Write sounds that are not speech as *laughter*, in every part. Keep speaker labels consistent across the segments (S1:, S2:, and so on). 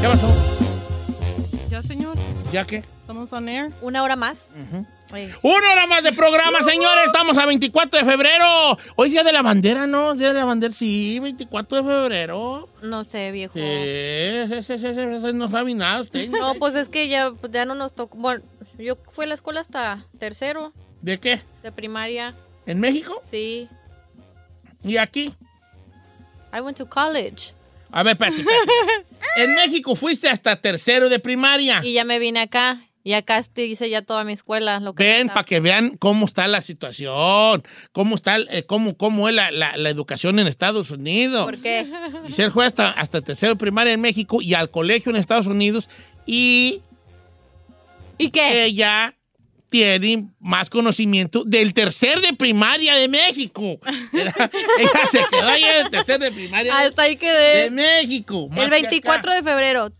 S1: ¿Qué pasó?
S2: Ya, señor,
S1: ¿Ya qué?
S2: estamos on air.
S3: Una hora más. Ay,
S1: Una hora más de programa, señores. Estamos a 24 de febrero. Hoy día de la bandera, ¿no? Día de la bandera, sí, 24 de febrero.
S3: no sé, viejo.
S1: Sí,
S2: Oh.
S1: sí, sí, sí, sí, sí, no sabe nada usted.
S3: No, pues es que ya, pues ya no nos tocó. Bueno, yo fui a la escuela hasta tercero
S1: ¿De qué?
S3: de primaria.
S1: ¿En México?
S3: Sí.
S1: ¿Y aquí?
S3: I went to college.
S1: A ver, espérate, espérate. En México fuiste hasta tercero de primaria.
S3: Y ya me vine acá. Y acá te hice ya toda mi escuela. Lo que
S1: Ven,
S3: estaba.
S1: para que vean cómo está la situación, cómo está, el- eh, cómo, cómo es la, la- la educación en Estados Unidos.
S3: ¿Por
S1: *laughs*
S3: qué?
S1: Giselle fue hasta, hasta tercero de primaria en México y al colegio en Estados Unidos y
S3: ¿Y qué?
S1: ella tiene más conocimiento del tercer de primaria de
S3: *laughs*
S1: México. Era- ella se quedó ahí en el tercer de primaria de-
S3: Hasta ahí
S1: de,
S3: quedé.
S1: México. Eh, más
S3: El
S1: que acá.
S3: 24 de febrero.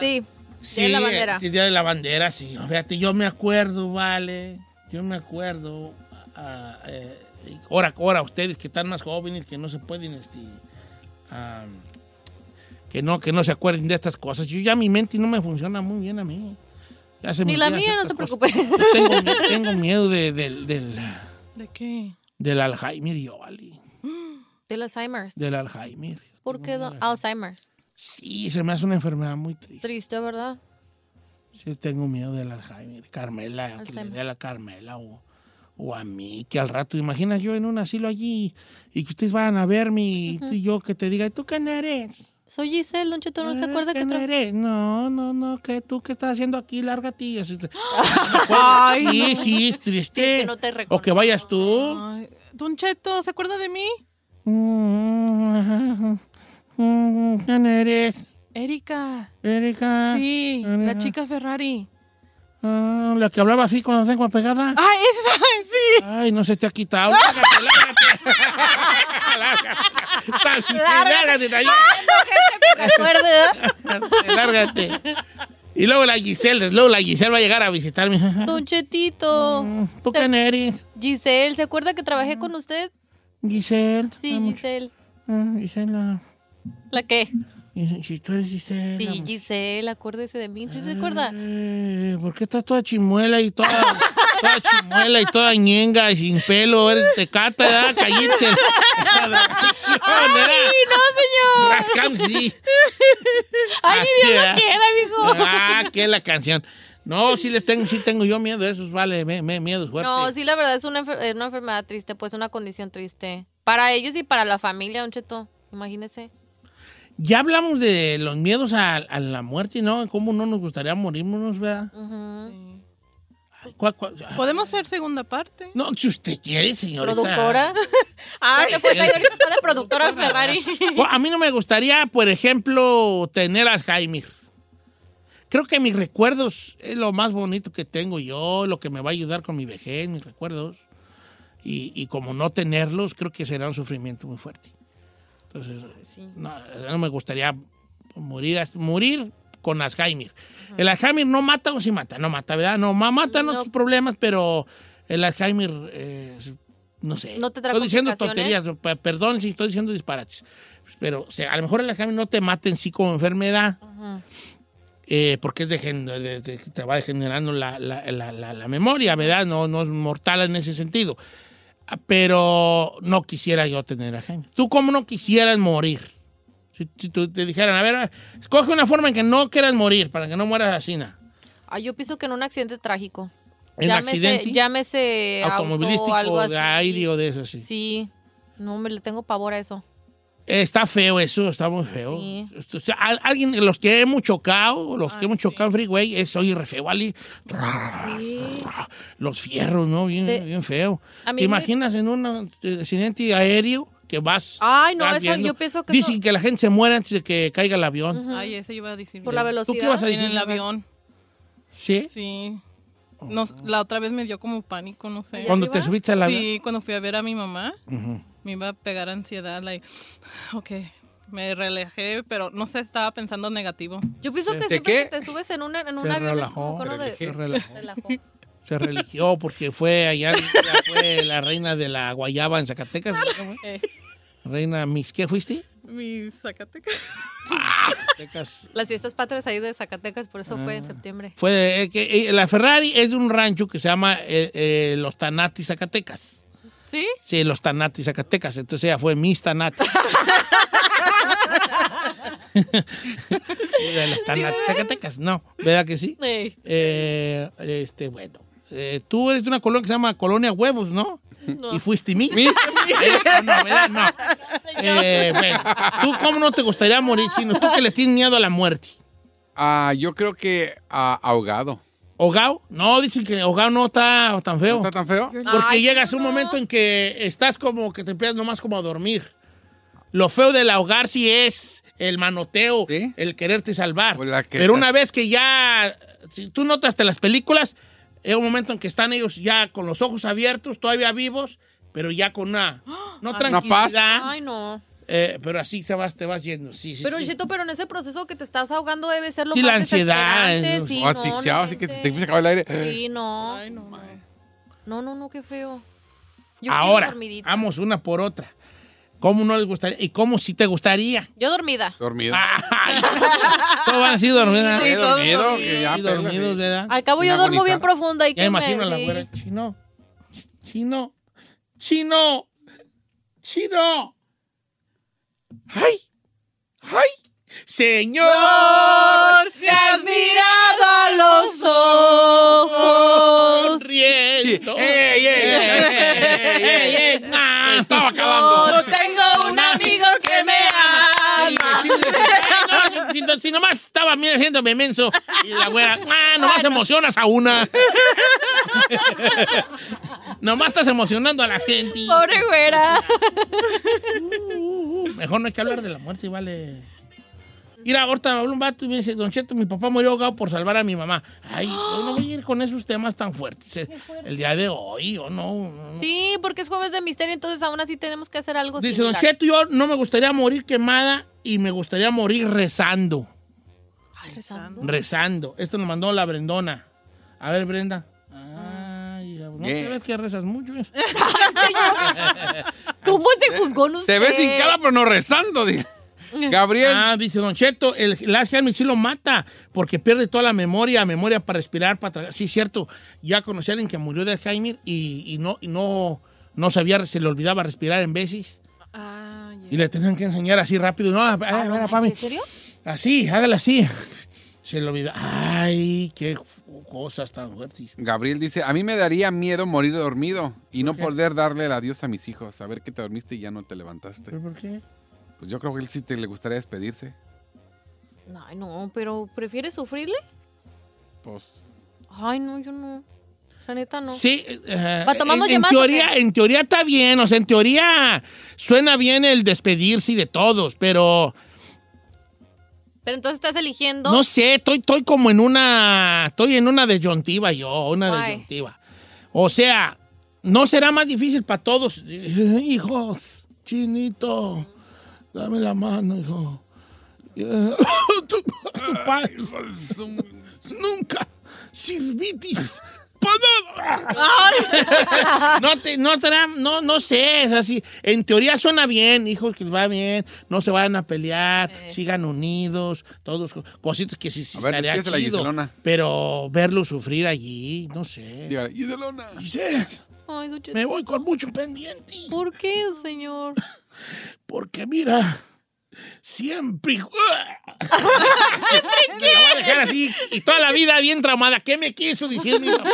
S3: Sí.
S1: Sí,
S3: Día de la bandera.
S1: sí, Día de la bandera, sí. Fíjate, yo me acuerdo, vale. Yo me acuerdo. ah, eh, Ahora, ahora, ustedes que están más jóvenes, que no se pueden, este, ah, que no, que no se acuerden de estas cosas. Yo ya mi mente no me funciona muy bien a mí. Ya se me
S3: Ni la
S1: olvidan
S3: mía, no
S1: ciertas
S3: se
S1: cosas.
S3: preocupe.
S1: Yo Tengo, mi- tengo miedo de- del, del,
S2: ¿De qué?
S1: del Alzheimer, yo, vale.
S3: Del Alzheimer.
S1: Del Alzheimer.
S3: ¿Por qué don- Alzheimer?
S1: Sí, se me hace una enfermedad muy triste.
S3: Triste, ¿verdad?
S1: Sí, tengo miedo del Alzheimer. Carmela, que le
S3: Alzheimer.
S1: dé a la Carmela o, o a mí, que al rato, imagina yo en un asilo allí y que ustedes vayan a verme y, tú y yo que te diga, ¿tú quién eres?
S3: Soy Giselle, Don Cheto, ¿no se
S1: Ah,
S3: acuerda que
S1: ¿Quién
S3: tra-
S1: eres? No, no, no, que tú qué estás haciendo aquí, lárgate. Y así
S3: *laughs*
S1: te-
S2: Ay,
S1: sí, sí, es triste.
S3: Sí, que no te
S1: o que vayas tú.
S2: Ay, Don Cheto, ¿se acuerda de mí?
S1: Mm, mm, ¿Quién eres?
S2: Erika.
S1: Erika.
S2: Sí, la
S1: Erika.
S2: chica Ferrari.
S1: Ah, la que hablaba así con la lengua pegada.
S2: ¡Ay, esa! *laughs* Sí.
S1: Ay, no se te ha quitado. Lárgate,
S3: *laughs*
S1: lárgate. lárgate, lárgate,
S3: ¿Se acuerda?
S1: *laughs*
S3: ¿verdad?
S1: lárgate. Y luego la Giselle, luego la Giselle va a llegar a visitarme. *laughs*
S3: Don Chetito.
S1: ¿Tú quién eres?
S3: Giselle, ¿se acuerda que
S1: Ah.
S3: trabajé con usted?
S1: Giselle.
S3: Sí,
S1: Vamos.
S3: Giselle.
S1: Ah, Gisela.
S3: ¿La qué?
S1: Gis- Si tú eres Gisela.
S3: Sí, Giselle, acuérdese de mí. ¿Sí se acuerda?
S1: Eh, ¿Por qué estás toda chimuela y toda, toda chimuela y toda ñenga y sin pelo? Eres tecata, ¿verdad? Calliste.
S3: ¡Ay, no, señor!
S1: Rascam, sí.
S3: ¡Ay,
S1: Así,
S3: ni Dios
S1: ¿verdad?
S3: lo quiera, viejo!
S1: Ah, que la canción. No, sí les tengo, sí tengo yo miedo, esos vale, me, me- miedo fuerte.
S3: No, sí, la verdad es una, enfer- es una enfermedad triste, pues una condición triste. Para ellos y para la familia, Don Cheto. Imagínese.
S1: Ya hablamos de los miedos a, a la muerte, ¿no? ¿Cómo no nos gustaría morirnos, verdad?
S3: Ujú. Pues
S2: Sí.
S1: Ay, ¿cuál- cuál?
S2: ¿Podemos hacer segunda parte?
S1: No, si usted quiere, señorita.
S3: ¿Productora? *laughs*
S2: Ay,
S3: Se fue, ahorita está
S1: *laughs*
S3: de productora Ferrari.
S1: O- A mí no me gustaría, por ejemplo, tener Alzheimer. Creo que mis recuerdos es lo más bonito que tengo yo, lo que me va a ayudar con mi vejez, mis recuerdos. Y, y como no tenerlos, creo que será un sufrimiento muy fuerte. Entonces,
S3: Sí.
S1: no, no me gustaría morir, morir con Alzheimer. El Alzheimer no mata o sí mata, no mata, ¿verdad? No, ma- mata
S3: No.
S1: otros problemas, pero el Alzheimer, eh, no sé.
S3: No te trae
S1: Estoy diciendo
S3: complicaciones.
S1: tonterías, pe- perdón si estoy diciendo disparates. pues, Pero o sea, a lo mejor el Alzheimer no te mata en sí como enfermedad,
S3: Ujú.
S1: eh, porque es degen- de- de- te va degenerando la, la- la- la- la memoria, ¿verdad? No, no es mortal en ese sentido. Ah, Pero no quisiera yo tener Alzheimer. ¿Tú cómo no quisieras morir? Si, si tú te dijeran, a ver, escoge una forma en que no quieras morir, para que no mueras así, na.
S3: Ay, yo pienso que en un accidente trágico.
S1: ¿En
S3: llámese,
S1: accidente?
S3: Llámese
S1: Automovilístico,
S3: auto o algo
S1: de
S3: así.
S1: aire o de eso, sí.
S3: Sí. No, me le tengo pavor a eso.
S1: Está feo eso, está muy feo.
S3: Sí.
S1: O sea, al- alguien, los que hemos chocado, los que hemos chocado en freeway, es, oye, re feo, Ali. Los fierros, ¿no? Bien,
S3: Te-
S1: bien feo.
S3: A mí
S1: ¿Te
S3: me-
S1: imaginas en un eh, accidente aéreo que vas...
S3: Ay, no,
S1: vas
S3: eso- yo pienso que
S1: Dicen
S3: eso-
S1: que la gente se muere antes de que caiga el avión.
S2: Ay, eso yo iba a decir.
S3: Por la
S1: ¿Tú
S3: velocidad.
S1: qué vas a
S2: En
S1: decir?
S2: el avión.
S1: ¿Sí?
S2: Sí. Nos- la otra vez me dio como pánico, no sé.
S1: Cuando te subiste al avión.
S2: Sí, cuando fui a ver a mi mamá, me iba a pegar ansiedad, like, *sighs* ok, me relajé, pero no sé, estaba pensando negativo.
S3: Yo pienso que
S4: ¿De
S3: siempre
S4: qué?
S3: que te subes en un, en un
S1: Se
S3: avión es
S1: relajó,
S3: como cono de... *laughs*
S1: Se relajó. *laughs*
S3: Relajó.
S1: Se religió porque fue allá, ya fue la reina de la guayaba en Zacatecas. ¿no? Reina Mis, ¿qué
S3: *laughs*
S1: fuiste? Ah,
S2: Mi Zacatecas.
S1: Zacatecas.
S3: Las fiestas patrias ahí de Zacatecas, por eso
S1: Ah.
S3: fue en septiembre.
S1: Fue de- eh, que, eh, la Ferrari es de un rancho que se llama eh, eh, Los Tanatis Zacatecas.
S3: ¿Sí?
S1: Sí, Los Tanatis Zacatecas. Entonces ella fue Mis Tanatis. *laughs* de los Tanatis Zacatecas, no. ¿Verdad que sí?
S3: Ey,
S1: Eh, este, bueno. eh, tú eres de una colonia que se llama Colonia Huevos, ¿no?
S3: No.
S1: Y fuiste mi. *laughs* no, no, ¿verdad? No. Eh, bueno, ¿tú cómo no te gustaría morir, chino? Tú que le tienes miedo a la muerte.
S4: Ah, yo creo que ah, ahogado.
S1: ¿Hogao? No, dicen que hogao no está tan feo.
S4: ¿No está tan feo?
S1: Porque
S3: Ay,
S1: llegas a
S3: no.
S1: un momento en que estás como que te empiezas nomás como a dormir. Lo feo del ahogar sí es el manoteo,
S4: Sí.
S1: el quererte salvar.
S4: O la que-
S1: Pero una vez que ya, si tú notas de las películas, es un momento en que están ellos ya con los ojos abiertos, todavía vivos, pero ya con una, no
S4: Una paz.
S1: tranquilidad,
S3: Ay, no.
S1: eh, pero así se vas, te vas yendo. Sí, sí,
S3: Pero,
S1: sí.
S3: Cheto, pero en ese proceso que te estás ahogando debe ser lo
S1: Sí,
S3: más
S1: la ansiedad,
S3: desesperante,
S1: eso.
S3: Sí,
S4: o
S3: no,
S4: Oh, asfixiado,
S3: no
S4: así que se te
S3: inventes.
S4: empieza a acabar el aire.
S3: Sí, no.
S2: Ay, no, no.
S3: No, no, no, qué feo. Yo quiero
S1: Ahora,
S3: dormidita.
S1: vamos una por otra. ¿Cómo no les gustaría? ¿Y cómo sí te gustaría?
S3: Yo dormida.
S4: Dormido.
S1: Ay, Todos van así dormidos.
S4: Eh,
S2: Sí, todos
S4: dormido,
S2: dormidos.
S4: que ya
S1: Sí,
S4: pela,
S1: dormidos,
S4: sí.
S1: ¿verdad?
S3: Al cabo yo
S4: Una
S3: duermo bien
S4: agonizada.
S3: profunda
S1: ya
S3: y que me...
S1: imagino a la
S3: sí.
S1: güera. Chino, chino, chino, chino. ¡Ay! ¡Ay! ¡Señor! ¡Te has mirado
S2: *laughs* a los ojos.
S1: riendo!
S4: Sí. Ey, ey, ey, ey,
S1: ¡Nah!
S4: Estaba acabando.
S2: tengo un amigo que me Ah,
S1: Y el vecino dice, "Ay, no, si- si- Si nomás estaba mira, haciéndome menso. Y la güera, ah, nomás emocionas a una. *laughs* nomás estás emocionando a la gente.
S3: Pobre güera.
S1: *laughs* Uh, Mejor no hay que hablar de la muerte, vale. Mira, ahorita habla un vato y me dice, Don Cheto, mi papá murió ahogado por salvar a mi mamá. Ay, yo no voy a ir con esos temas tan fuertes. eh, El día de hoy, o no. no.
S3: Sí, porque es jueves de misterio, entonces aún así tenemos que hacer algo
S1: Dice, Don
S3: similar.
S1: Cheto, yo no me gustaría morir quemada y me gustaría morir rezando.
S3: Rezando.
S1: Rezando. Esto nos mandó la Brendona. A ver, Brenda.
S3: Ah.
S1: Ay, ¿no
S4: Yeah.
S1: te ves que rezas mucho?
S3: ¿Cómo se juzgó en usted?
S4: Se ve sin cara, pero no
S2: *laughs*
S4: rezando. diga. Gabriel.
S1: Ah, dice Don Cheto, el Last Helmet sí lo mata porque pierde toda la memoria, memoria para respirar, para tragar. Sí, cierto. Ya conocí a alguien que murió de Alzheimer y, y no, y no, no sabía, se le olvidaba respirar en veces.
S2: Ah, ya.
S1: Y le tenían que enseñar así rápido. No, a, a- a ver, papi.
S3: Ah, ¿En serio?
S1: Así, hágala así. Se le olvida. Ay, qué cosas tan fuertes.
S4: Gabriel dice, a mí me daría miedo morir dormido y no poder darle el adiós a mis hijos, saber que te dormiste y ya no te levantaste.
S1: ¿Pero por qué?
S4: Pues yo creo que él sí te le gustaría despedirse.
S3: Ay, no, pero ¿prefieres sufrirle?
S4: Pues
S3: Ay, no, yo no. La neta no.
S1: Sí, eh,
S3: ¿Va, tomamos
S1: en, en
S3: llamadas o
S1: teoría, en teoría está bien, o sea, en teoría suena bien el despedirse y de todos, pero
S3: Pero entonces estás eligiendo.
S1: no sé, estoy, estoy como en una, estoy en una disyuntiva yo, una
S3: Why?
S1: disyuntiva. O sea, no será más difícil para todos, *laughs* hijos, chinito, dame la mano, hijo. *laughs* Eh, tu- tu padre, hijo de su- nunca sirvitis. para nada. *laughs* no, te, no, será- no, no sé, es así. En teoría suena bien, hijos, que les va bien, no se vayan a pelear, sigan unidos, todos co- cositas que sí, sí
S4: A ver,
S1: estaría
S4: despídese la
S1: chido,
S4: Giselona.
S1: Pero verlo sufrir allí, no sé.
S4: dígale, Giselona.
S1: Giselle,
S3: Ay, Don Cheto,
S1: me voy con mucho pendiente,
S3: ¿Por qué, señor?
S1: porque mira, siempre... Me la voy a dejar así y toda la vida bien traumada. ¿Qué me quiso decir mi papá?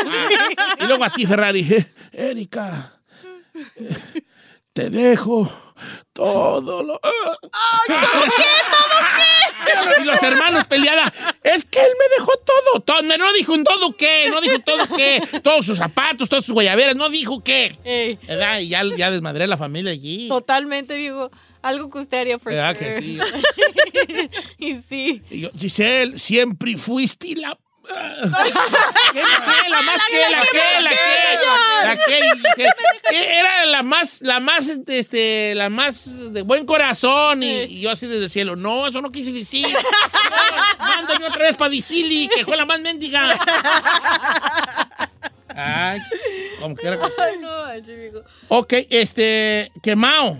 S1: Y luego a ti, Ferrari. eh, Erika, eh, Te dejo todo lo. Y los hermanos peleada. Es que él me dejó todo. todo. No, no dijo un todo qué. No dijo todo qué. Todos sus zapatos, todas sus guayaberas. No dijo qué.
S3: Ey,
S1: ¿Verdad? Y ya, ya desmadré a la familia allí.
S3: totalmente, digo, algo que usted haría por
S1: ¿Verdad
S3: sure.
S1: que sí?
S3: *laughs* y sí.
S1: Y yo, Giselle, siempre fuiste la. *laughs* ¿Qué, qué, la más que, la que, la que, la que, Giselle. Era la más, la más, este, la más de buen corazón. Y, y yo así desde el cielo, no, eso no quise decir. No, Mándame otra vez para Dicili, que fue la más mendiga. Ay, como quiera. que sea.
S3: Ay, no, ay, yo digo.
S1: Ok, este, quemado.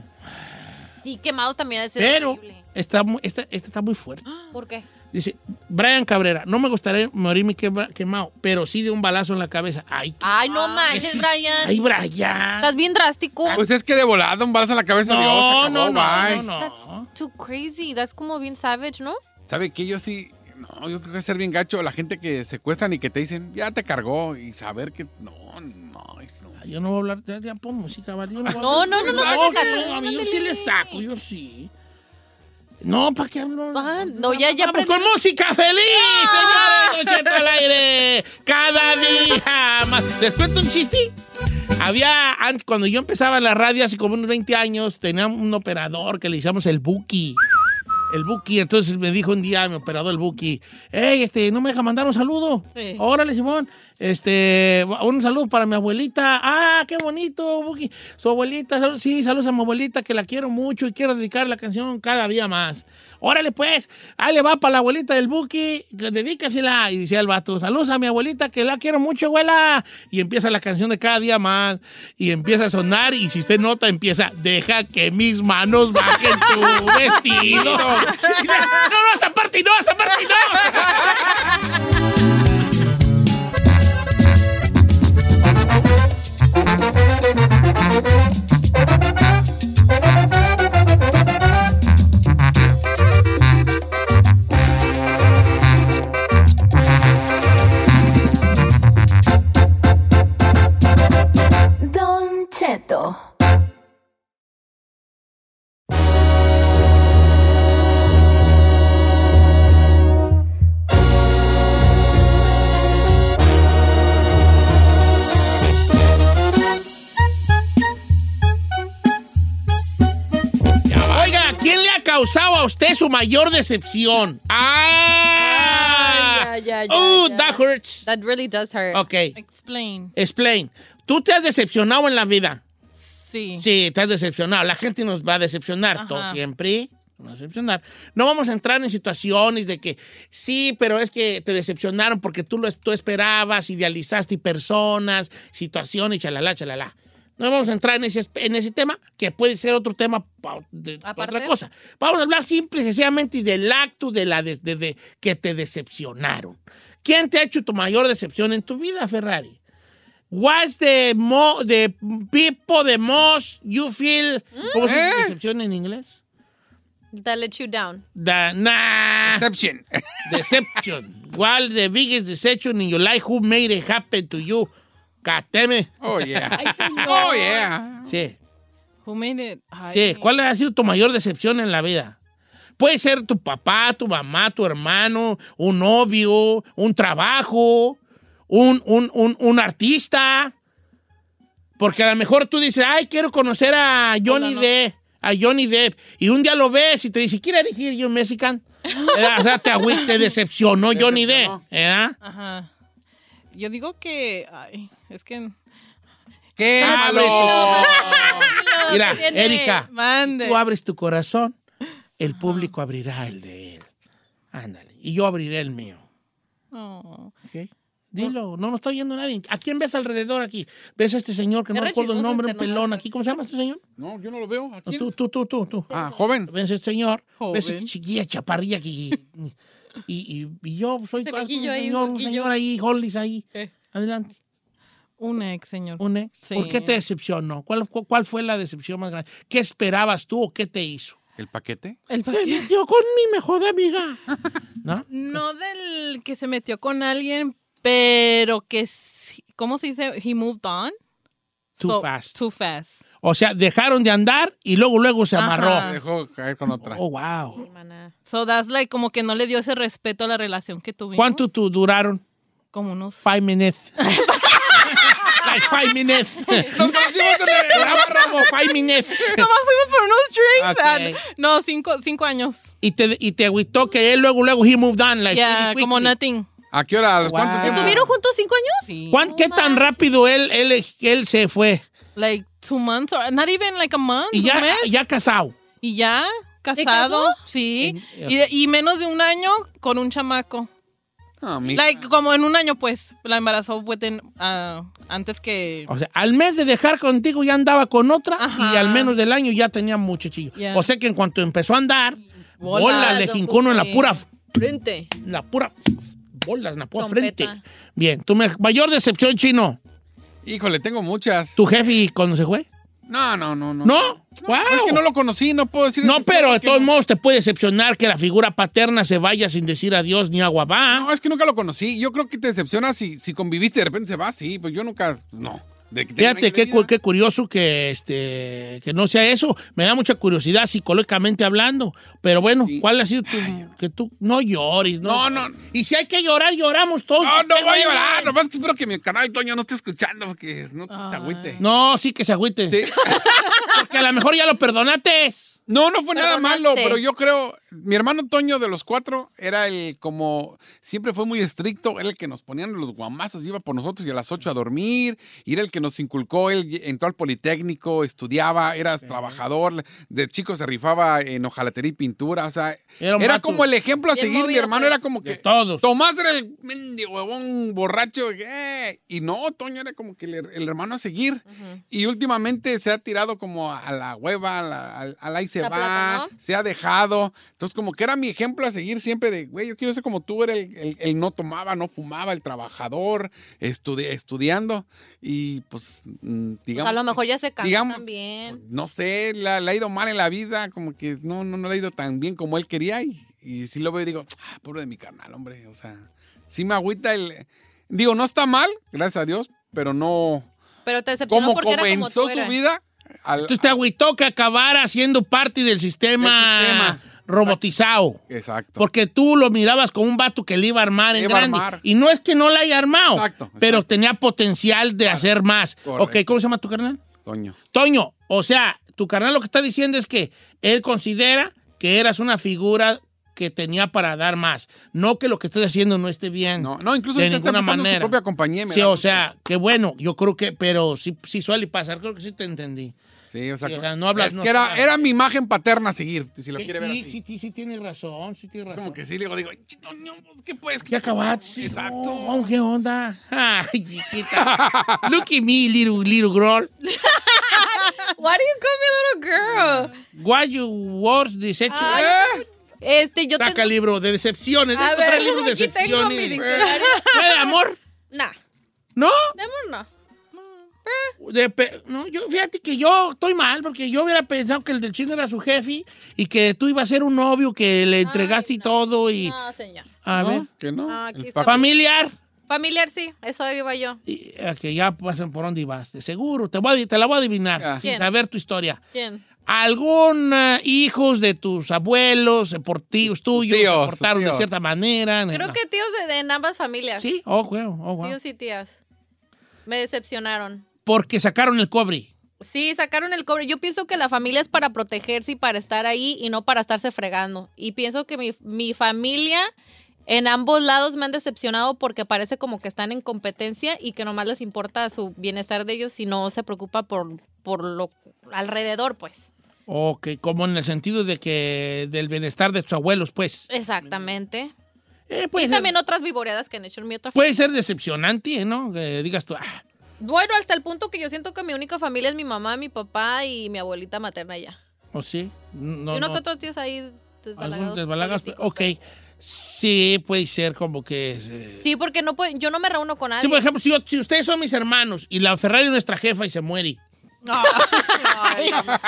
S3: Sí, quemado también es
S1: Pero
S3: horrible.
S1: está, mu- esta- esta está muy fuerte.
S3: ¿Por qué?
S1: Dice, Brian Cabrera, no me gustaría morirme quebra- quemado, pero sí de un balazo en la cabeza. Ay, qué-
S3: Ay, no manches,
S1: sí,
S3: Brian.
S1: Ay, Brian.
S3: Estás bien drástico.
S4: Pues es que de volada un balazo en la cabeza. Dios, se
S1: No,
S4: acabó,
S1: no, no,
S4: bye.
S1: no, no.
S3: That's too crazy. That's como bien savage, ¿no?
S4: ¿Sabe qué? Yo sí. No, yo creo que es ser bien gacho. La gente que secuestran y que te dicen, ya te cargó. Y saber que. No, no, es- no.
S1: Yo no voy a hablar, ya, ya pon música, ¿vale? Yo voy a
S3: No,
S1: hablar.
S3: no, no, no,
S1: No,
S3: saca,
S1: no, yo
S3: ándale.
S1: sí le saco, yo sí. No, ¿para qué hablo?
S3: Ah, no, ya, ya
S1: Vamos con música feliz, señores, Don Cheto al aire, cada día más. ¿Les cuento un chiste? Había, antes, cuando yo empezaba en la radio, hace como unos 20 años, tenía un operador que le llamamos el Buki. El Buki, entonces me dijo un día mi operador el Buki, hey, este, ¿no me deja mandar un saludo?
S3: Sí.
S1: Órale, Simón. Este, un saludo para mi abuelita. Ah, qué bonito, Buki. Su abuelita, salud- sí, saludos a mi abuelita que la quiero mucho y quiero dedicar la canción cada día más. Órale, pues, ahí le va para la abuelita del Buki, que dedícasela. Y decía el vato, saludos a mi abuelita que la quiero mucho, abuela. Y empieza la canción de cada día más. Y empieza a sonar y si usted nota, empieza, deja que mis manos bajen tu vestido. Y dice, no, no, esa parte no, esa parte no.
S5: Don Cheto.
S1: Oiga, ¿quién le ha causado a usted su mayor decepción? ¡Ah!
S3: Ay, ya, ya, ya,
S1: ¡Uh,
S3: ya.
S1: that hurts!
S3: That really does hurt.
S1: Ok,
S2: Explain.
S1: explain. ¿Tú te has decepcionado en la vida?
S2: Sí.
S1: Sí, te has decepcionado. La gente nos va a decepcionar.
S2: Ajá.
S1: Todo siempre nos va a decepcionar. No vamos a entrar en situaciones de que sí, pero es que te decepcionaron porque tú lo es- tú esperabas, idealizaste personas, situaciones, chalala, chalala. No vamos a entrar en ese, en ese tema, que puede ser otro tema pa- de, pa'
S3: Aparte.
S1: otra cosa. Vamos a hablar simple y sencillamente del acto de la des- de- de- que te decepcionaron. ¿Quién te ha hecho tu mayor decepción en tu vida, Ferrari? What's the, mo the people the most you feel? ¿Cómo se dice decepción en inglés?
S3: That let you down.
S1: The, nah,
S4: *laughs* Deception.
S1: deception. What's the biggest deception in your life? Who made it happen to you? Cateme.
S4: Oh, yeah. Oh, yeah.
S1: Sí,
S2: Who made it? Ay.
S1: sí. ¿Cuál ha sido tu mayor decepción en la vida? Puede ser tu papá, tu mamá, tu hermano, un novio, un trabajo, un, un, un, un artista. Porque a lo mejor tú dices, ay, quiero conocer a Johnny
S2: Hola, no.
S1: Depp, a Johnny Depp. Y un día lo ves y te dice, ¿quiere elegir yo
S2: *laughs*
S1: Mexican? Eh, o sea, te, agüi- te decepcionó Johnny Depp.
S4: Decepcionó.
S1: ¿eh?
S2: Ajá. Yo digo que. Ay, es que.
S4: ¡Qué
S1: Ah,
S4: malo!
S1: *laughs*
S3: Lo
S1: Mira,
S3: que tiene.
S1: Erika,
S2: Mande.
S1: tú abres tu corazón, el público abrirá el de él. Ándale. Y yo abriré el mío.
S2: Oh.
S1: ¿ok? Dilo, no, no está oyendo nadie. ¿A quién ves alrededor aquí? ¿Ves a este señor que no
S3: Es re
S1: recuerdo el
S3: chismoso
S1: nombre, un
S3: este, no
S1: pelón
S3: sabe.
S1: aquí? ¿Cómo se llama este señor?
S4: No, yo no lo veo. ¿A
S1: No,
S4: quién?
S1: tú, tú, tú, tú, tú.
S4: Ah, joven.
S1: Ves a este señor, ves a
S2: Joven.
S1: esta chiquilla chaparrilla aquí. Y, y- y yo soy
S3: Ese
S1: un
S3: viejillo ahí,
S1: señor, un
S3: moquillo.
S1: señor ahí, Hollis ahí.
S3: Eh.
S1: Adelante.
S2: Un ex, señor.
S1: Une,
S2: Sí.
S1: ¿Por qué te decepcionó? ¿Cuál, cu- ¿Cuál fue la decepción más grande? ¿Qué esperabas tú o qué te hizo?
S4: ¿El paquete?
S2: El
S1: Se metió con mi mejor amiga. ¿No?
S2: *laughs* No del que se metió con alguien, pero que. sí- ¿Cómo se dice? He moved on.
S1: Too fast.
S2: Too fast.
S1: O sea, dejaron de andar y luego, luego se
S2: Ajá.
S1: amarró.
S4: Ah, Dejó caer con otra.
S1: Ah. Oh, wow.
S3: Hermana.
S2: So that's like como que no le dio ese respeto a la relación que tuvimos.
S1: ¿Cuánto tu- duraron?
S2: Como unos.
S1: Five minutes. like five minutes.
S4: Nos conocimos en
S1: *laughs*
S4: el-
S1: Duramos como five minutes.
S2: *laughs* Nomás fuimos por unos drinks. and-
S1: Ok.
S2: no, cinco, cinco años.
S1: Y te, y te agüitó que él luego, luego, he moved on. Like,
S2: Ya,
S1: really
S2: como
S1: quickly.
S2: nothing.
S4: ¿A qué hora? ¿A los
S1: Wow.
S4: cuánto tiempo?
S3: ¿Estuvieron juntos cinco años?
S1: ¿Cuán- ¿Qué tan rápido él, él, él se fue?
S2: Like two months, or not even like a month.
S1: Y ya, ah,
S2: un mes.
S1: ya casado.
S2: Y ya, casado. Sí.
S1: En-
S2: Y, de- y menos de un año con un chamaco.
S4: Ah, mi-
S2: Like, como en un año, pues, la embarazó within, ah, antes que...
S1: O sea, al mes de dejar contigo ya andaba con otra
S2: Ajá.
S1: y al menos del año ya tenía muchachillo.
S2: Ya.
S1: O sea que en cuanto empezó a andar, bola,
S2: Bolas,
S1: le
S3: don
S1: jincó uno en la
S2: Cuque.
S1: pura,
S3: Frente.
S1: en la pura bola, en la pura
S3: Trompeta.
S1: frente. Bien, tu me- mayor decepción chino,
S4: Híjole, tengo muchas.
S1: tu jefe cuando se fue.
S4: No, no, no, no.
S1: No,
S4: Es
S1: wow.
S4: que no lo conocí, no puedo decir. *laughs*
S1: No, pero de
S4: que-
S1: todos modos te puede decepcionar que la figura paterna se vaya sin decir adiós ni agua va.
S4: Ah, No, es que nunca lo conocí. Yo creo que te decepciona si, si conviviste y de repente se va, sí, pues yo nunca. No. De que tenga
S1: Fíjate
S4: años de
S1: qué, cu-
S4: vida.
S1: qué curioso que, este, que no sea eso. Me da mucha curiosidad psicológicamente hablando. Pero bueno,
S4: Sí.
S1: ¿cuál ha sido tu, que tú no llores? No,
S4: No, no.
S1: Y si hay que llorar, lloramos todos.
S4: No, no
S1: Este
S4: voy a
S1: güey,
S4: llorar. Nomás que espero que mi canal Toño no esté escuchando porque no se agüite.
S1: Ah. No, sí que se agüite.
S4: Sí.
S1: Porque a lo mejor ya lo perdonaste.
S4: No, no fue nada
S3: Perdonaste.
S4: malo, pero yo creo, mi hermano Toño de los cuatro era el como, siempre fue muy estricto, era el que nos ponían los guamazos, iba por nosotros y a las ocho a dormir, y era el que nos inculcó, él entró al Politécnico, estudiaba, era trabajador, de chico se rifaba en hojalatería y pintura, o sea,
S1: Era
S4: era,
S1: un vato.
S4: como el ejemplo a
S3: Bien
S4: seguir, mi
S3: movido,
S4: hermano
S3: pues.
S4: era como
S1: De
S4: que...
S1: todos.
S4: Tomás era el mendigo huevón borracho. eh, Y no, Toño era como que el, her- el hermano a seguir. Y últimamente se ha tirado como a la hueva, a la, al- al ahí se
S3: La
S4: va,
S3: plata, ¿no?
S4: se ha dejado. Entonces, como que era mi ejemplo a seguir siempre de, güey, yo quiero ser como tú, era el, el- el no tomaba, no fumaba, el trabajador, estudi- estudiando. Y pues, mm,
S3: Pues
S4: digamos.
S3: a lo mejor ya se casó
S4: digamos, pues,
S3: también.
S4: No sé, la- le ha ido mal en la vida, como que no, no, no le ha ido tan bien como él quería. Y, y sí lo veo y digo, ah, pobre de mi carnal, hombre. O sea, sí me agüita el. Digo, no está mal, gracias a Dios, pero no.
S3: Pero te decepcionó
S4: ¿Cómo
S3: porque era como
S4: comenzó
S3: tú
S4: su
S3: eras.
S4: vida? Al-
S1: Tú te agüitó que acabara siendo parte del sistema,
S4: Del sistema.
S1: robotizado.
S4: Exacto.
S1: Porque tú lo mirabas como un vato que le iba a armar en
S4: Le iba a
S1: grande.
S4: armar.
S1: Y no es que no la haya armado,
S4: Exacto,
S1: pero
S4: exacto.
S1: tenía potencial de hacer más.
S4: Correcto.
S1: Ok, ¿cómo se llama tu carnal?
S4: Toño.
S1: Toño, o sea, tu carnal lo que está diciendo es que él considera que eras una figura que tenía para dar más. No que lo que estás haciendo no esté bien.
S4: No, no, incluso
S1: de
S4: ahorita está
S1: ninguna
S4: empezando
S1: manera.
S4: su propia compañía. y me
S1: Sí,
S4: da
S1: o
S4: gusto.
S1: sea, que bueno, yo creo que, pero sí, sí suele pasar, creo que sí te entendí.
S4: Sí, o sea,
S1: sí, o sea, no hablas,
S4: es
S1: no
S4: que era,
S1: sabes.
S4: era mi imagen paterna a seguir, si lo
S1: Que
S4: quiere ver
S1: sí,
S4: así.
S1: sí, sí, sí, tienes razón, sí tienes
S4: Es
S1: razón.
S4: como que sí, le digo, digo, "Ch, Toño, pues, ¿qué puedes?
S1: ¿Qué acabaste?
S4: Exacto.
S1: No, ¿Qué onda? *laughs* Ay, chiquita. Look at me, little, little girl.
S3: Why do you call me little girl?
S1: Why you words deception?
S3: Ay,
S1: ¿Eh?
S3: Este, yo
S1: Saca
S3: tengo...
S1: libro de decepciones.
S3: A
S1: Deja traer
S3: ver,
S1: libro de
S3: aquí tengo
S1: decepciones.
S3: mi diccionario.
S1: ¿No de amor?
S3: Nah,
S1: ¿No?
S3: de amor no.
S1: De pe- no, yo, fíjate que yo estoy mal porque yo hubiera pensado que el del chino era su jefe y que tú ibas a ser un novio que le entregaste y
S3: no.
S1: todo y...
S3: No, señor.
S1: A ver.
S4: Que no.
S3: No, Ah, aquí
S4: El
S3: está.
S4: papá-
S1: Familiar.
S3: Familiar sí, eso iba yo.
S1: Y, eh, que ya pasan por dónde ibas. de Seguro, te, voy a- te la voy a adivinar
S4: Ya.
S1: sin
S3: ¿Quién?
S1: saber tu historia.
S3: ¿Quién?
S1: algún eh, hijos de tus abuelos, eh, por tíos tuyos,
S4: Tíos,
S1: se portaron de
S4: tíos.
S1: cierta manera.
S3: Creo que tíos de- en ambas familias.
S1: Sí, oh, güey, oh, wow.
S3: Tíos y tías. Me decepcionaron.
S1: Porque sacaron el cobre.
S3: Sí, sacaron el cobre. Yo pienso que la familia es para protegerse y para estar ahí y no para estarse fregando. Y pienso que mi, mi familia en ambos lados me han decepcionado porque parece como que están en competencia y que nomás les importa su bienestar de ellos y no se preocupa por, por lo alrededor, pues.
S1: O que como en el sentido de que del bienestar de tus abuelos, pues.
S3: Exactamente.
S1: Eh, pues puede,
S3: Y
S1: ser,
S3: también otras viboreadas que han hecho en mi otra
S1: puede ser decepcionante, eh, ¿no? Que digas tú, ah,
S3: Bueno, hasta el punto que yo siento que mi única familia es mi mamá, mi papá y mi abuelita materna ya.
S1: o oh, sí. No,
S3: y uno
S1: no,
S3: que otro tío es ahí desbalagados.
S1: algunos desbalagados, pero-
S3: políticos,
S1: Ok. Sí, puede ser como que. eh,
S3: pero- Sí, porque no puedo- yo no me reúno con nadie.
S1: Sí, por ejemplo, si, yo- si ustedes son mis hermanos y la Ferrari es nuestra jefa y se muere. Oh.
S2: Ah,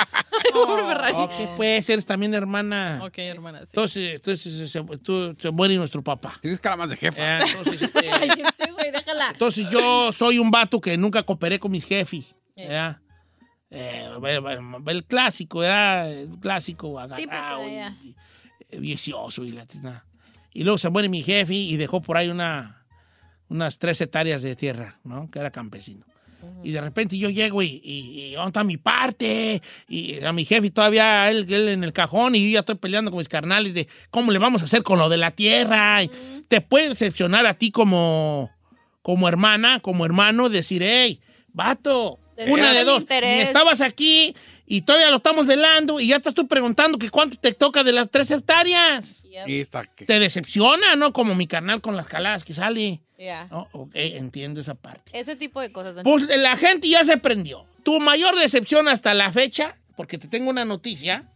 S1: Ok, pues eres también hermana.
S2: Ok, hermana. sí.
S1: Entonces, entonces se, tú- se muere nuestro papá.
S4: Tienes cara más de jefa.
S1: Eh,
S3: *laughs*
S1: Entonces, este,
S3: Ay,
S1: *laughs*
S3: este güey, déjala.
S1: entonces yo soy un vato que nunca cooperé con mis jefes. ¿verdad? eh, ve- ve- el clásico, era el clásico agarrado
S3: Típico,
S1: y-
S3: ya.
S1: y, eh, vicioso y la tina. Y luego se muere mi jefe y dejó por ahí una, unas tres hectáreas de tierra, ¿no? Que era campesino. Y de repente yo llego y, y, y ¿dónde está mi parte? Y a mi jefe todavía él, él en el cajón y yo ya estoy peleando con mis carnales de cómo le vamos a hacer con lo de la tierra. Y Te puede decepcionar a ti como, como hermana, como hermano, decir, hey, vato,
S3: Te
S1: una
S3: falta
S1: de
S3: el
S1: dos.
S3: interés.
S1: Ni estabas aquí y todavía lo estamos velando y ya estás tú preguntando que cuánto te toca de las tres hectáreas.
S3: Yep,
S4: Y está que-
S1: Te decepciona, ¿no? Como mi carnal con las caladas que sale.
S3: ya.
S1: No, ok, entiendo esa parte.
S3: Ese tipo de cosas. don
S1: Pues la gente ya se prendió. Tu mayor decepción hasta la fecha, porque te tengo una noticia,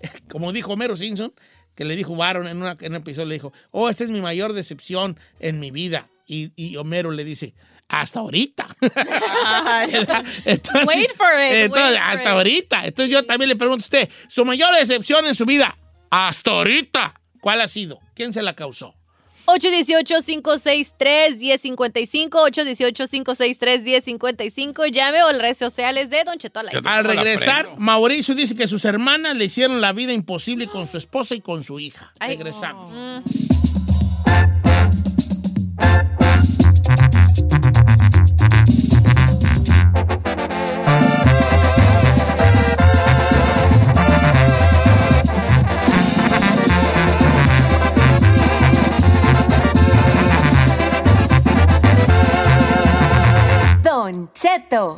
S1: *laughs* como dijo Homero Simpson, que le dijo Baron en, una- en un episodio, le dijo, oh, esta es mi mayor decepción en mi vida. Y, y Homero le dice, hasta ahorita. *laughs* Entonces-
S3: Wait for it,
S1: entonces,
S3: wait for
S1: hasta
S3: it.
S1: ahorita. Entonces yo también le pregunto a usted, su mayor decepción en su vida, hasta ahorita, ¿cuál ha sido? ¿Quién se la causó?
S3: 818-563-1055, 818-563-1055, llame o las redes sociales de Don Cheto al aire.
S4: Yo
S1: Al
S4: no la
S1: regresar,
S4: prendo.
S1: Mauricio dice que sus hermanas le hicieron la vida imposible con su esposa y con su hija.
S3: Ay.
S1: Regresamos.
S6: Don Cheto.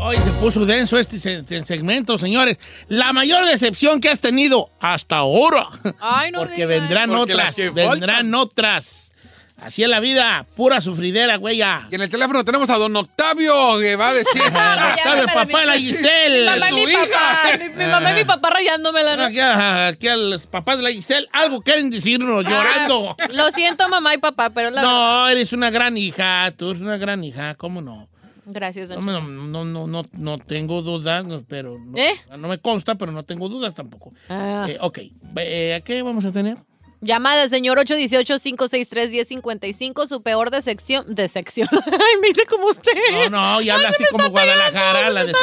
S1: Hoy se puso denso este se- este segmento, señores. La mayor decepción que has tenido hasta ahora.
S3: Ay, no
S1: *laughs* Porque
S3: digas.
S1: vendrán
S4: Porque
S1: otras,
S4: las que
S1: vendrán
S4: faltan.
S1: otras. Así es la vida, pura sufridera, güey. ya.
S4: Y en el teléfono tenemos a don Octavio que va a decir.
S1: *laughs* Ah,
S3: ya,
S1: Octavio, el
S3: ya,
S1: papá de la
S3: ya.
S1: Giselle.
S3: Mamá y
S4: tu
S3: mi
S4: hija.
S3: papá, mi, mi mamá y
S1: *laughs*
S3: mi papá rayándomela. ¿no?
S1: Aquí, a, aquí a los papás de la Giselle, algo quieren decirnos, llorando.
S3: Ah, lo siento, mamá y papá, pero la
S1: No, eres una gran hija, tú eres una gran hija, ¿cómo no?
S3: Gracias,
S1: No,
S3: don Cheto.
S1: no, no, no, no, no tengo dudas, no, pero no,
S3: ¿Eh?
S1: no me consta, pero no tengo dudas tampoco.
S3: Ah.
S1: Eh, ok, eh, ¿a qué vamos a tener?
S3: *laughs* Llamada al señor 818-563-1055, su peor decepción. Decepción. *laughs* Ay, me dice como usted.
S1: No, no, ya
S3: Ay,
S1: hablaste
S3: se me
S1: como
S3: está pegando,
S1: Guadalajara,
S3: se
S1: la
S3: me está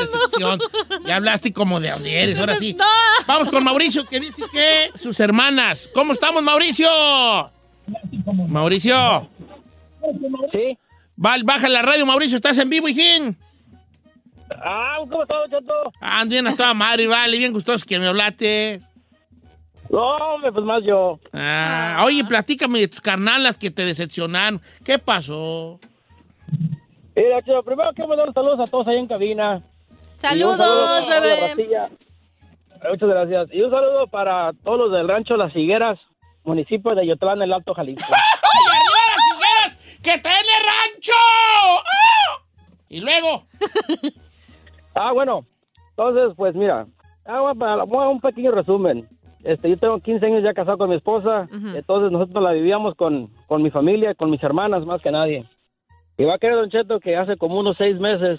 S1: decepción, decepción. Ya hablaste como de Audieres, ahora sí.
S3: No.
S1: Vamos con Mauricio, que dice que sus hermanas. ¿Cómo estamos, Mauricio? Mauricio.
S7: Sí.
S1: Va, baja la radio, Mauricio, estás en vivo, hijín.
S7: Ah, ¿cómo estás, Cheto?
S1: Ah, bien a toda madre, vale, bien gustoso que me hablaste.
S7: No, hombre, pues más yo.
S1: Ah, oye, platícame de tus carnalas que te decepcionaron. ¿Qué pasó?
S7: Mira, Cheto, primero quiero mandar saludos a todos ahí en cabina. Y un
S3: Saludos,
S7: saludo para la
S3: bebé.
S7: racilla. Muchas gracias. Y un saludo para todos los del rancho Las Higueras, municipio de Yotlán, el Alto
S3: *laughs*
S7: Jalisco.
S1: ¡Ay, arriba las higueras! ¡Que te den el rancho! ¡Ah! Y luego,
S7: Ah, bueno. Entonces, pues mira, hago para- voy a un pequeño resumen. Este, yo tengo 15 años ya casado con mi esposa, entonces nosotros la vivíamos con, con mi familia, con mis hermanas más que nadie. Y va a creer Don Cheto que hace como unos seis meses,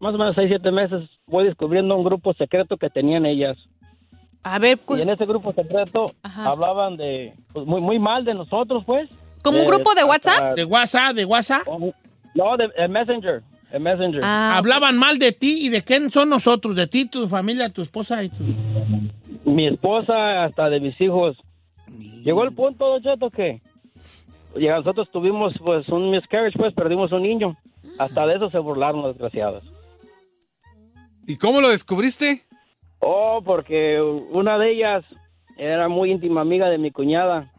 S7: más o menos seis, siete meses, voy descubriendo un grupo secreto que tenían ellas.
S3: A ver, cu-
S7: Y en ese grupo secreto
S3: Ajá.
S7: hablaban de, pues, muy, muy mal de nosotros, pues.
S3: ¿como un
S7: Eh,
S3: grupo de WhatsApp?
S7: hasta-
S1: de WhatsApp, de WhatsApp,
S7: No, de, de Messenger, de Messenger.
S3: Ah,
S1: hablaban mal de ti y de quién son nosotros, de ti, tu familia, tu esposa y tus...
S7: mi esposa hasta de mis hijos. Llegó el punto, Don Cheto, que ya nosotros tuvimos pues un miscarriage, pues perdimos un niño. Hasta de eso se burlaron las desgraciadas.
S4: ¿Y cómo lo descubriste?
S7: Oh, porque una de ellas era muy íntima amiga de mi cuñada.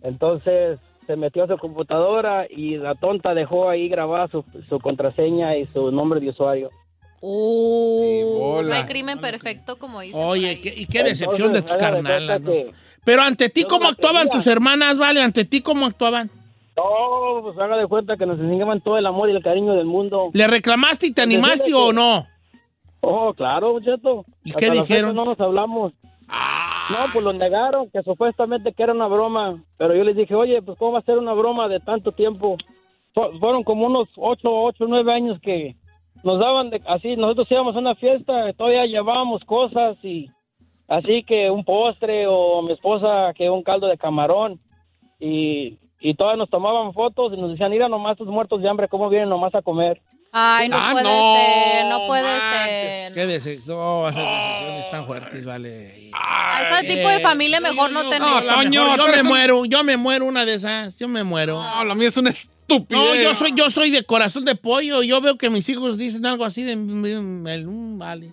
S7: Entonces se metió a su computadora y la tonta dejó ahí grabada su, su contraseña y su nombre de usuario.
S4: Y
S3: Oh,
S4: bolas.
S3: no hay crimen perfecto, como dice.
S1: Oye, ¿qué- y qué decepción de tus
S7: Entonces, haga de
S1: carnalas,
S7: cuenta
S1: ¿no?
S7: que-
S1: Pero ante ti,
S7: Yo
S1: ¿cómo
S7: no la
S1: actuaban
S7: tenía.
S1: tus hermanas, vale? Ante ti, ¿cómo actuaban?
S7: No, pues haga de cuenta que nos enseñaban todo el amor y el cariño del mundo.
S1: ¿Le reclamaste y te
S7: Pues,
S1: animaste
S7: fíjate.
S1: o no?
S7: Oh, claro, muchacho.
S1: ¿Y
S7: Hasta
S1: qué
S7: la
S1: dijeron? Ah.
S7: fecha No nos hablamos. No, pues lo negaron, que supuestamente que era una broma. Pero yo les dije, oye, pues ¿cómo va a ser una broma de tanto tiempo? Fu- fueron como unos ocho, ocho, nueve años que nos daban de- así. Nosotros íbamos a una fiesta, todavía llevábamos cosas y así que un postre o mi esposa que un caldo de camarón. Y
S8: y todas nos tomaban fotos y nos decían, mira nomás estos muertos de hambre, ¿cómo vienen nomás a comer?
S3: Ay, no
S4: Ah,
S3: puede
S4: no,
S3: ser, no puede
S1: manches.
S3: ser.
S1: Qué dese- No, esas decisiones tan fuertes, vale.
S3: A ese tipo de familia mejor no tener.
S1: No,
S4: la
S1: Toño,
S4: mejor,
S1: yo
S4: tú
S1: me
S4: eres un-
S1: muero, yo me muero una de esas, yo me muero.
S4: No, lo mío es una estúpida.
S1: No, yo soy, yo soy de corazón de pollo. Yo veo que mis hijos dicen algo así de me- mm, vale.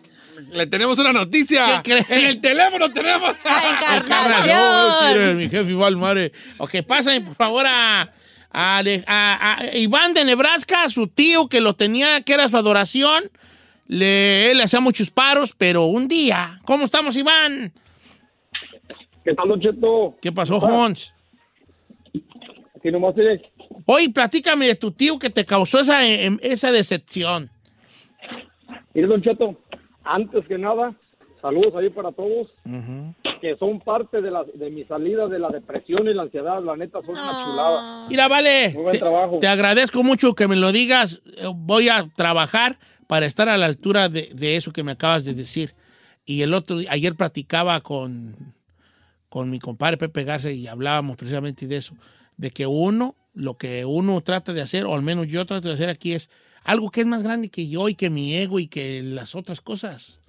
S4: Le tenemos una noticia.
S1: ¿Qué crees?
S4: En el teléfono tenemos.
S3: La
S4: *laughs*
S1: Ay,
S3: encarnación.
S1: tira, eh, mi jefe igual madre. Ok, pasen por favor a, a Ale- a- a Iván de Nebraska, su tío que lo tenía, que era su adoración. Le, él le hacía muchos paros, pero un día. ¿Cómo estamos, Iván?
S8: ¿Qué tal, Don Cheto?
S1: ¿Qué pasó, Hons?
S8: Si nomás eres-
S1: Oye, platícame de tu tío que te causó esa, em, esa decepción.
S8: Mire, Don Cheto, antes que nada, saludos ahí para todos, que son parte de, la, de mi salida de la depresión y la ansiedad, la neta, son una chulada.
S1: Mira, vale.
S8: Muy buen
S1: te-
S8: trabajo.
S1: Te agradezco mucho que me lo digas. Eh, Voy a trabajar para estar a la altura de, de eso que me acabas de decir. Y el otro día, ayer platicaba con, con mi compadre Pepe Garza y hablábamos precisamente de eso, de que uno, lo que uno trata de hacer, o al menos yo trato de hacer aquí, es algo que es más grande que yo y que mi ego y que las otras cosas.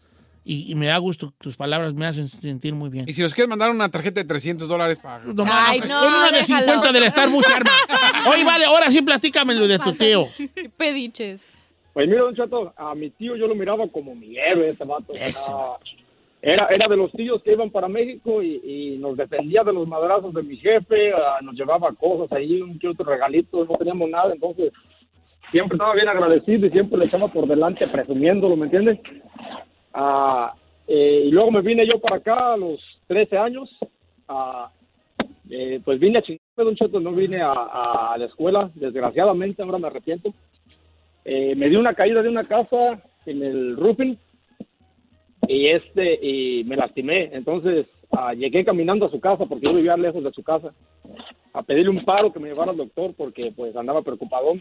S1: Y, y me da gusto, tus palabras me hacen sentir muy bien.
S4: Y si nos quieres mandar una tarjeta de 300 dólares para.
S1: No, mano,
S3: Ay,
S1: pues,
S3: no,
S1: pon una de
S3: déjalo.
S1: 50 del Starbucks,
S3: *laughs*
S1: arma. Oye, vale, ahora sí platícamelo de tu tío.
S3: Qué *laughs* Pediches.
S8: Pues mira, Don Cheto, a mi tío yo lo miraba como mi héroe ese vato.
S1: Ese
S8: Ah, Era, era de los tíos que iban para México y, y nos defendía de los madrazos de mi jefe, ah, nos llevaba cosas ahí, un que otro regalito, no teníamos nada, entonces siempre estaba bien agradecido y siempre le echaba por delante presumiéndolo, ¿me entiendes? Ah, eh, y luego me vine yo para acá a los 13 años, ah, eh, pues vine a chingarme, Don Cheto, no vine a- a- a la escuela, desgraciadamente ahora me arrepiento. Eh, me dio una caída de una casa en el roofing y este y me lastimé entonces ah, llegué caminando a su casa porque yo vivía lejos de su casa a pedirle un paro que me llevara al doctor porque pues andaba preocupado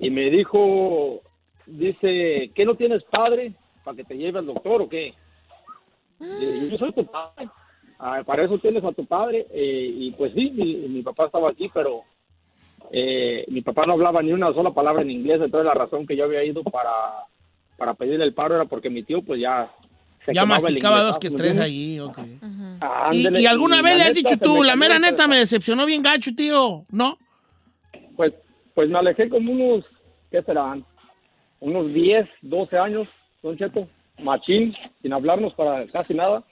S8: y me dijo dice ¿qué no tienes padre para que te lleve al doctor o qué Y yo, yo soy tu padre Ah, para eso tienes a tu padre Eh, y pues sí mi, mi papá estaba aquí pero eh, mi papá no hablaba ni una sola palabra en inglés, entonces la razón que yo había ido para, para pedir el paro era porque mi tío pues ya... se
S1: Ya
S8: quemaba el
S1: masticaba
S8: inglés,
S1: dos que
S8: ¿me
S1: tres
S8: entiendes?
S1: allí. ok.
S8: Ah,
S1: ¿Y,
S8: ándele,
S1: y alguna
S8: y
S1: vez
S8: la
S1: le has dicho
S8: neta, se
S1: tú,
S8: me
S1: la
S8: cayó
S1: mera
S8: el
S1: neta
S8: corazón.
S1: me decepcionó bien gacho, tío? ¿No?
S8: Pues, pues me alejé como unos, ¿qué serán? Unos 10, 12 años, don Cheto, machín, sin hablarnos para casi nada.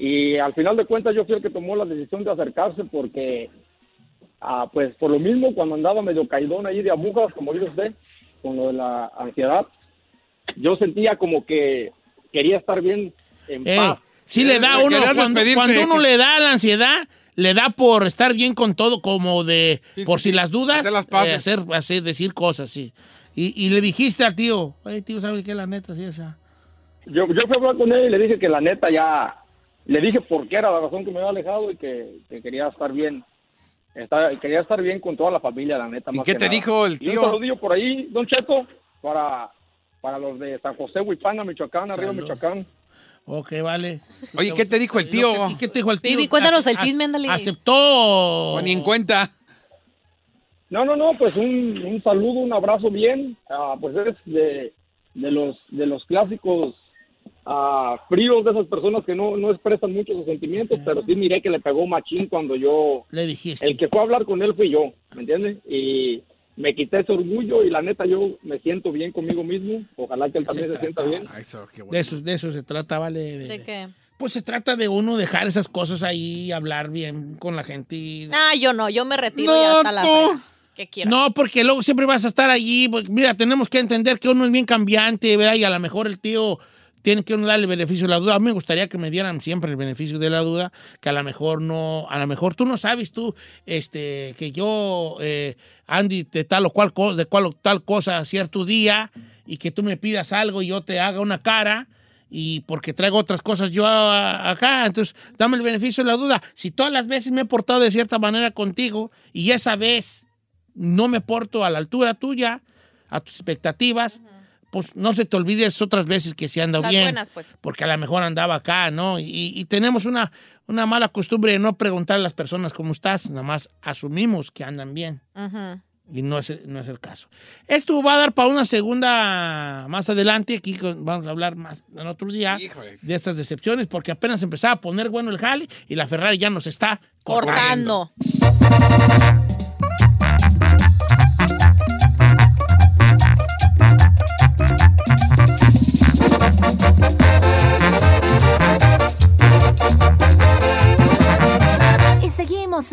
S8: Y al final de cuentas yo fui el que tomó la decisión de acercarse porque, ah, pues por lo mismo, cuando andaba medio caidón ahí de agujas, como dice usted, con lo de la ansiedad, yo sentía como que quería estar bien en
S1: Ey,
S8: paz.
S1: Eh, sí le da a uno,
S4: Querías
S1: cuando,
S4: despedirte.
S1: cuando uno le da la ansiedad, le da por estar bien con todo, como de,
S4: Sí,
S1: por si
S4: sí, sí.
S1: las dudas,
S4: Hacer las
S1: eh,
S4: paces.
S1: hacer, hacer- decir cosas, sí. Y, y le dijiste al tío, oye, tío, ¿sabes qué? La neta, sí, esa.
S8: Yo, yo fui a hablar con él y le dije que la neta ya, le dije por qué era la razón que me había alejado y que, que quería estar bien. Está- quería estar bien con toda la familia, la neta.
S4: ¿Y
S8: más
S4: qué
S8: que
S4: te
S8: nada.
S4: dijo el
S8: Y un
S4: tío?
S8: saludillo por ahí, don Cheto, para, para los de San José, Huipana, Michoacán, arriba
S1: Salud.
S8: Michoacán.
S1: Ok, vale.
S4: Oye, ¿qué te dijo el tío?
S1: ¿Y qué te dijo el tío?
S3: Baby, cuéntanos el
S1: Ace-
S3: chisme, ándale.
S1: Aceptó.
S4: O ni en cuenta.
S8: No, no, no, pues un, un saludo, un abrazo bien. Ah, pues eres de, de los, de los clásicos ah, fríos, de esas personas que no, no expresan mucho sus sentimientos, pero sí miré que le pegó machín cuando yo
S1: Le este, dijiste.
S8: El que fue a hablar con él fui yo, ¿me entiendes? Y me quité ese orgullo y la neta yo me siento bien conmigo mismo. Ojalá que él también se, sienta bien.
S4: Ah, eso, qué bueno.
S1: De eso, de eso se trata, vale. de-
S3: ¿De qué?
S1: Pues se trata de uno dejar esas cosas ahí, hablar bien con la gente. y-
S3: Ah, yo no, yo me retiro
S4: No,
S3: ya hasta la
S4: tú.
S3: frega. ¿Qué quiero?
S1: No, porque luego siempre vas a estar allí. porque, Mira, tenemos que entender que uno es bien cambiante, ¿verdad? Y a lo mejor el tío tiene que uno darle el beneficio de la duda. A mí me gustaría que me dieran siempre el beneficio de la duda, que a lo mejor no, a lo mejor tú no sabes tú, este, que yo, eh, Andy, de tal o cual cosa, de cual o tal cosa cierto día, y que tú me pidas algo y yo te haga una cara. Y porque traigo otras cosas yo a- acá, entonces dame el beneficio de la duda. Si todas las veces me he portado de cierta manera contigo y esa vez no me porto a la altura tuya, a tus expectativas, pues no se te olvides otras veces que se anda
S9: Las
S1: bien.
S9: buenas, pues.
S1: Porque a lo mejor andaba acá, ¿no? Y, y tenemos una, una mala costumbre de no preguntar a las personas cómo estás, nada más asumimos que andan bien.
S3: Ujú.
S1: Y no es, no es el caso. Esto va a dar para una segunda más adelante. Aquí con- vamos a hablar más en otro día
S4: Híjole.
S1: de estas decepciones, porque apenas empezaba a poner bueno el jale y la Ferrari ya nos está cortando.
S3: Cortando.
S5: Y seguimos